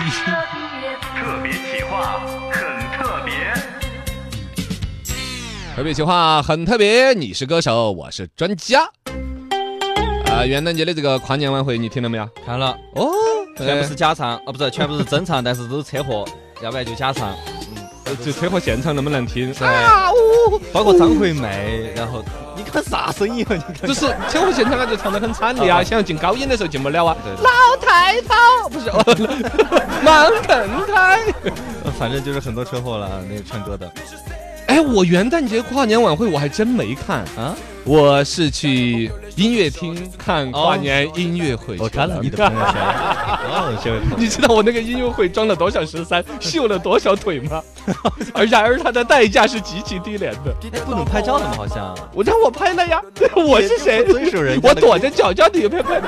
特别企划很特别，特别企划很特别，你是歌手，我是专家。啊、元旦节的这个跨年晚会你听了没有？看了，哦，全部是假唱，哦，不是，全部是真唱，但是都是车祸，要不然就假唱，呃就车祸现场那么难听，包括张惠妹，然后你看啥声音啊？你看，就是车祸现场啊，就唱得很惨的呀，啊想要进高音的时候进不了啊。对对老太太不是， 哦盲坑开。 反正就是很多车祸了，那个唱歌的哎，我元旦节跨年晚会我还真没看，啊，我是去音乐厅看跨年音乐会去。圈，哦，这位朋你知道我那个音乐会装了多少十三，秀了多少腿吗？ 而然而它的代价是极其低廉的。友，不能拍照的吗？好像，我让我拍了呀，我是谁？不遵守人家我的哦躲着脚脚底拍 拍。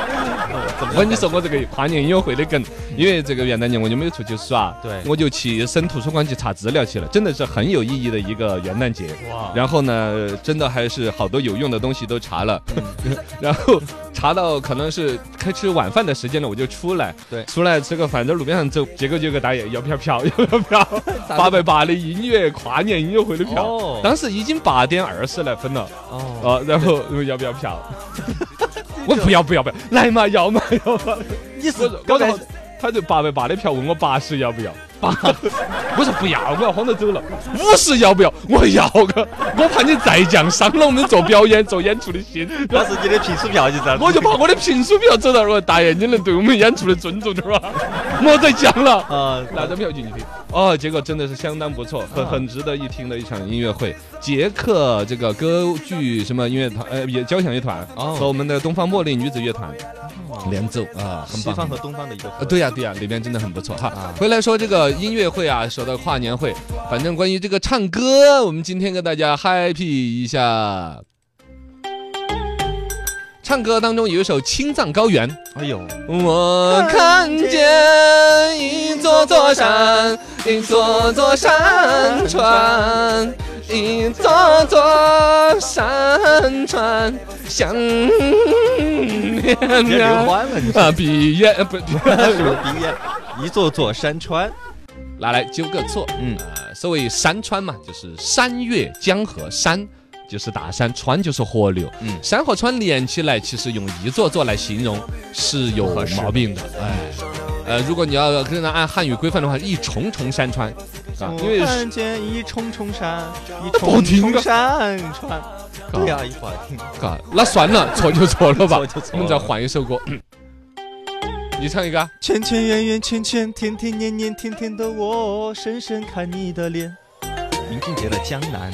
怎么我跟你说，我这个跨年音乐会的梗，因为这个元旦节我就没有出去耍，对我就去省图书馆去查资料去了，真的是很有意义的一个元旦节。哇，然后呢，真的还是好多有用的东西都查了，嗯 然后查到可能是该吃晚饭的时间了，我就出来，对出来吃个饭，在路边上走，结果就有个大爷要票 票要票票，八百八的音乐跨年音乐会的票，哦当时已经八点二十来分了，哦，哦，然后呃要不要 票？ 我不要不要不要，来嘛要嘛要嘛，你是我说刚我才说他就八百八的票问我八十要不要。 八，我说不要，我要慌着走了。五十要不要？我要个，我怕你再降，伤了我们做表演、 做演出的心。当时你的评书票就这样子，我就把我的评书票走到那儿，我说大爷，你能对我们演出的尊重点 儿吗？莫再降了。啊，拿着票进去听，哦，结果真的是相当不错，很啊很值得一听的一场音乐会。捷克这个歌剧什么音乐团，呃，也交响乐团哦和我们的东方茉莉女子乐团哦联奏啊，很西棒方。和东方的一个呃，对呀、对呀、里面真的很不错哈啊。回来说这个音乐会啊，说到跨年会，反正关于这个唱歌，我们今天跟大家 happy 一下。唱歌当中有一首《青藏高原》，哎呦，我看见一座座山，一座座山川，一座座山川，想念别刘啊欢了，你啊，毕业不 什么鼻炎？一座座山川，拿来纠个错。嗯，呃，所谓山川嘛，就是山岳、江河、山。就是大山，川就是河流，嗯山和川连起来，其实用一座座来形容是有合适毛病的，哎，呃，如果你要跟着按汉语规范的话，一重重山川，啊，因为我是嗯看见一重重山，一 不好重听啊重山川。对呀，一会 儿听。啊，那算了，错就错了吧， 错就错了我们再换一首歌，嗯你唱一个啊，圈圈圆圆圈圈，甜甜黏黏甜甜的我，深深看你的脸。林俊杰的《江南》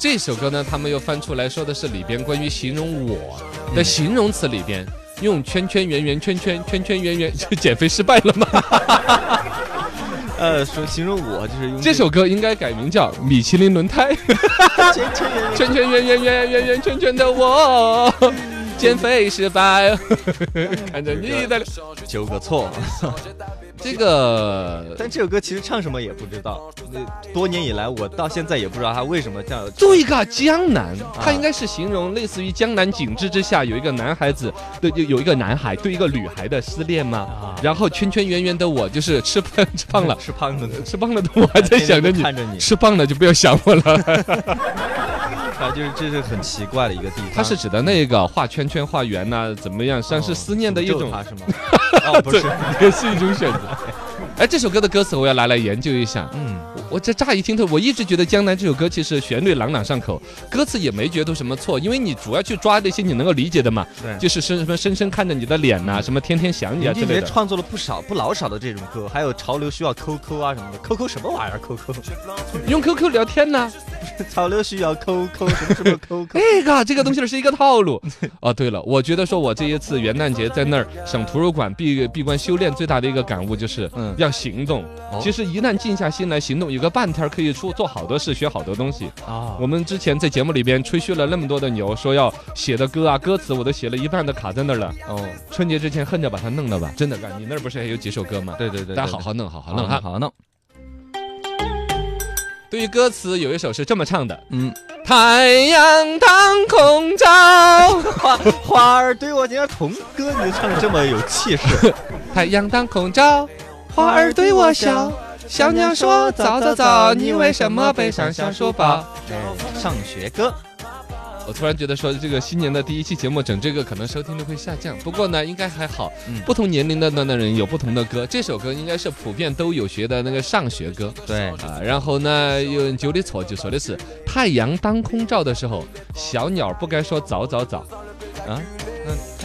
这首歌呢，他们又翻出来说的是里边关于形容我的形容词里边。用圈圈圆圆圈圈圈圈圆圆，就减肥失败了吗？呃，说形容我就是用这首歌应该改名叫《米其林轮胎》。 圈圈圆圆。圈圈圆圆圆圆圆圈圈的我，减肥失败，看着你的脸。纠个错，这个但这首歌其实唱什么也不知道。那多年以来，我到现在也不知道他为什么叫。对个江南，它应该是形容类似于江南景致之下有一个男孩子对有有一个男孩对一个女孩的失恋嘛啊。然后圈圈圆圆的我就是吃胖吃胖了，是胖子的，吃胖了的我还在想着你，看着你，吃胖了就不要想我了。 啊，就是这是很奇怪的一个地方。它是指的那个画圈圈画圆呐、怎么样？像是思念的一种他是吗？哦，不是， 也是一种选择。 哎，这首歌的歌词我要拿来研究一下。嗯，我我这乍一听头，我一直觉得《江南》这首歌其实旋律朗朗上口，歌词也没觉得有什么错，因为你主要去抓那些你能够理解的嘛，对。就是深什么深深看着你的脸呐、什么天天想你啊林之俊类杰的。创作了不少不老少的这种歌，还有潮流需要 QQ 啊什么的，QQ 什么玩意儿？QQ 用 QQ 聊天呐、潮流需要 QQ 什么什 么 QQ，这个哎这个东西是一个套路。哦，对了，我觉得说我这一次元旦节在那儿省图书馆闭闭关修炼，最大的一个感悟就是，嗯要行动。哦其实一旦静下心来行动，有个半天儿可以出做好多事，学好多东西。啊我们之前在节目里边吹嘘了那么多的牛，说要写的歌啊，歌词我都写了一半都卡在那儿了。哦，春节之前恨着把它弄了吧，真的干。你那儿不是还有几首歌吗？对对对大家好好弄，好好好弄哈。好弄，对于歌词，有一首是这么唱的：嗯，太阳当空照。花花儿对我讲童歌，你唱的这么有气势。太阳当空照，花儿对我笑。小鸟说：“早早早，你为什么背上小书包哎上学歌，？”我突然觉得说，这个新年的第一期节目整这个可能收听率会下降，不过呢，应该还好。嗯不同年龄段的人有不同的歌，这首歌应该是普遍都有学的那个上学歌。对，啊，然后呢，有人纠的错就说的是太阳当空照的时候，小鸟不该说早早早，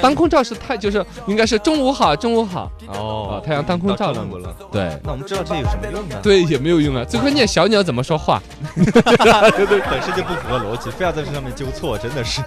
当空照是太就是应该是中午好，中午好。哦哦，太阳当空照到了中午了。对那我们知道这有什么用呢？对，也没有用啊。最关键小鸟怎么说话？对，本身就不符合逻辑，非要在这上面纠错，真的是。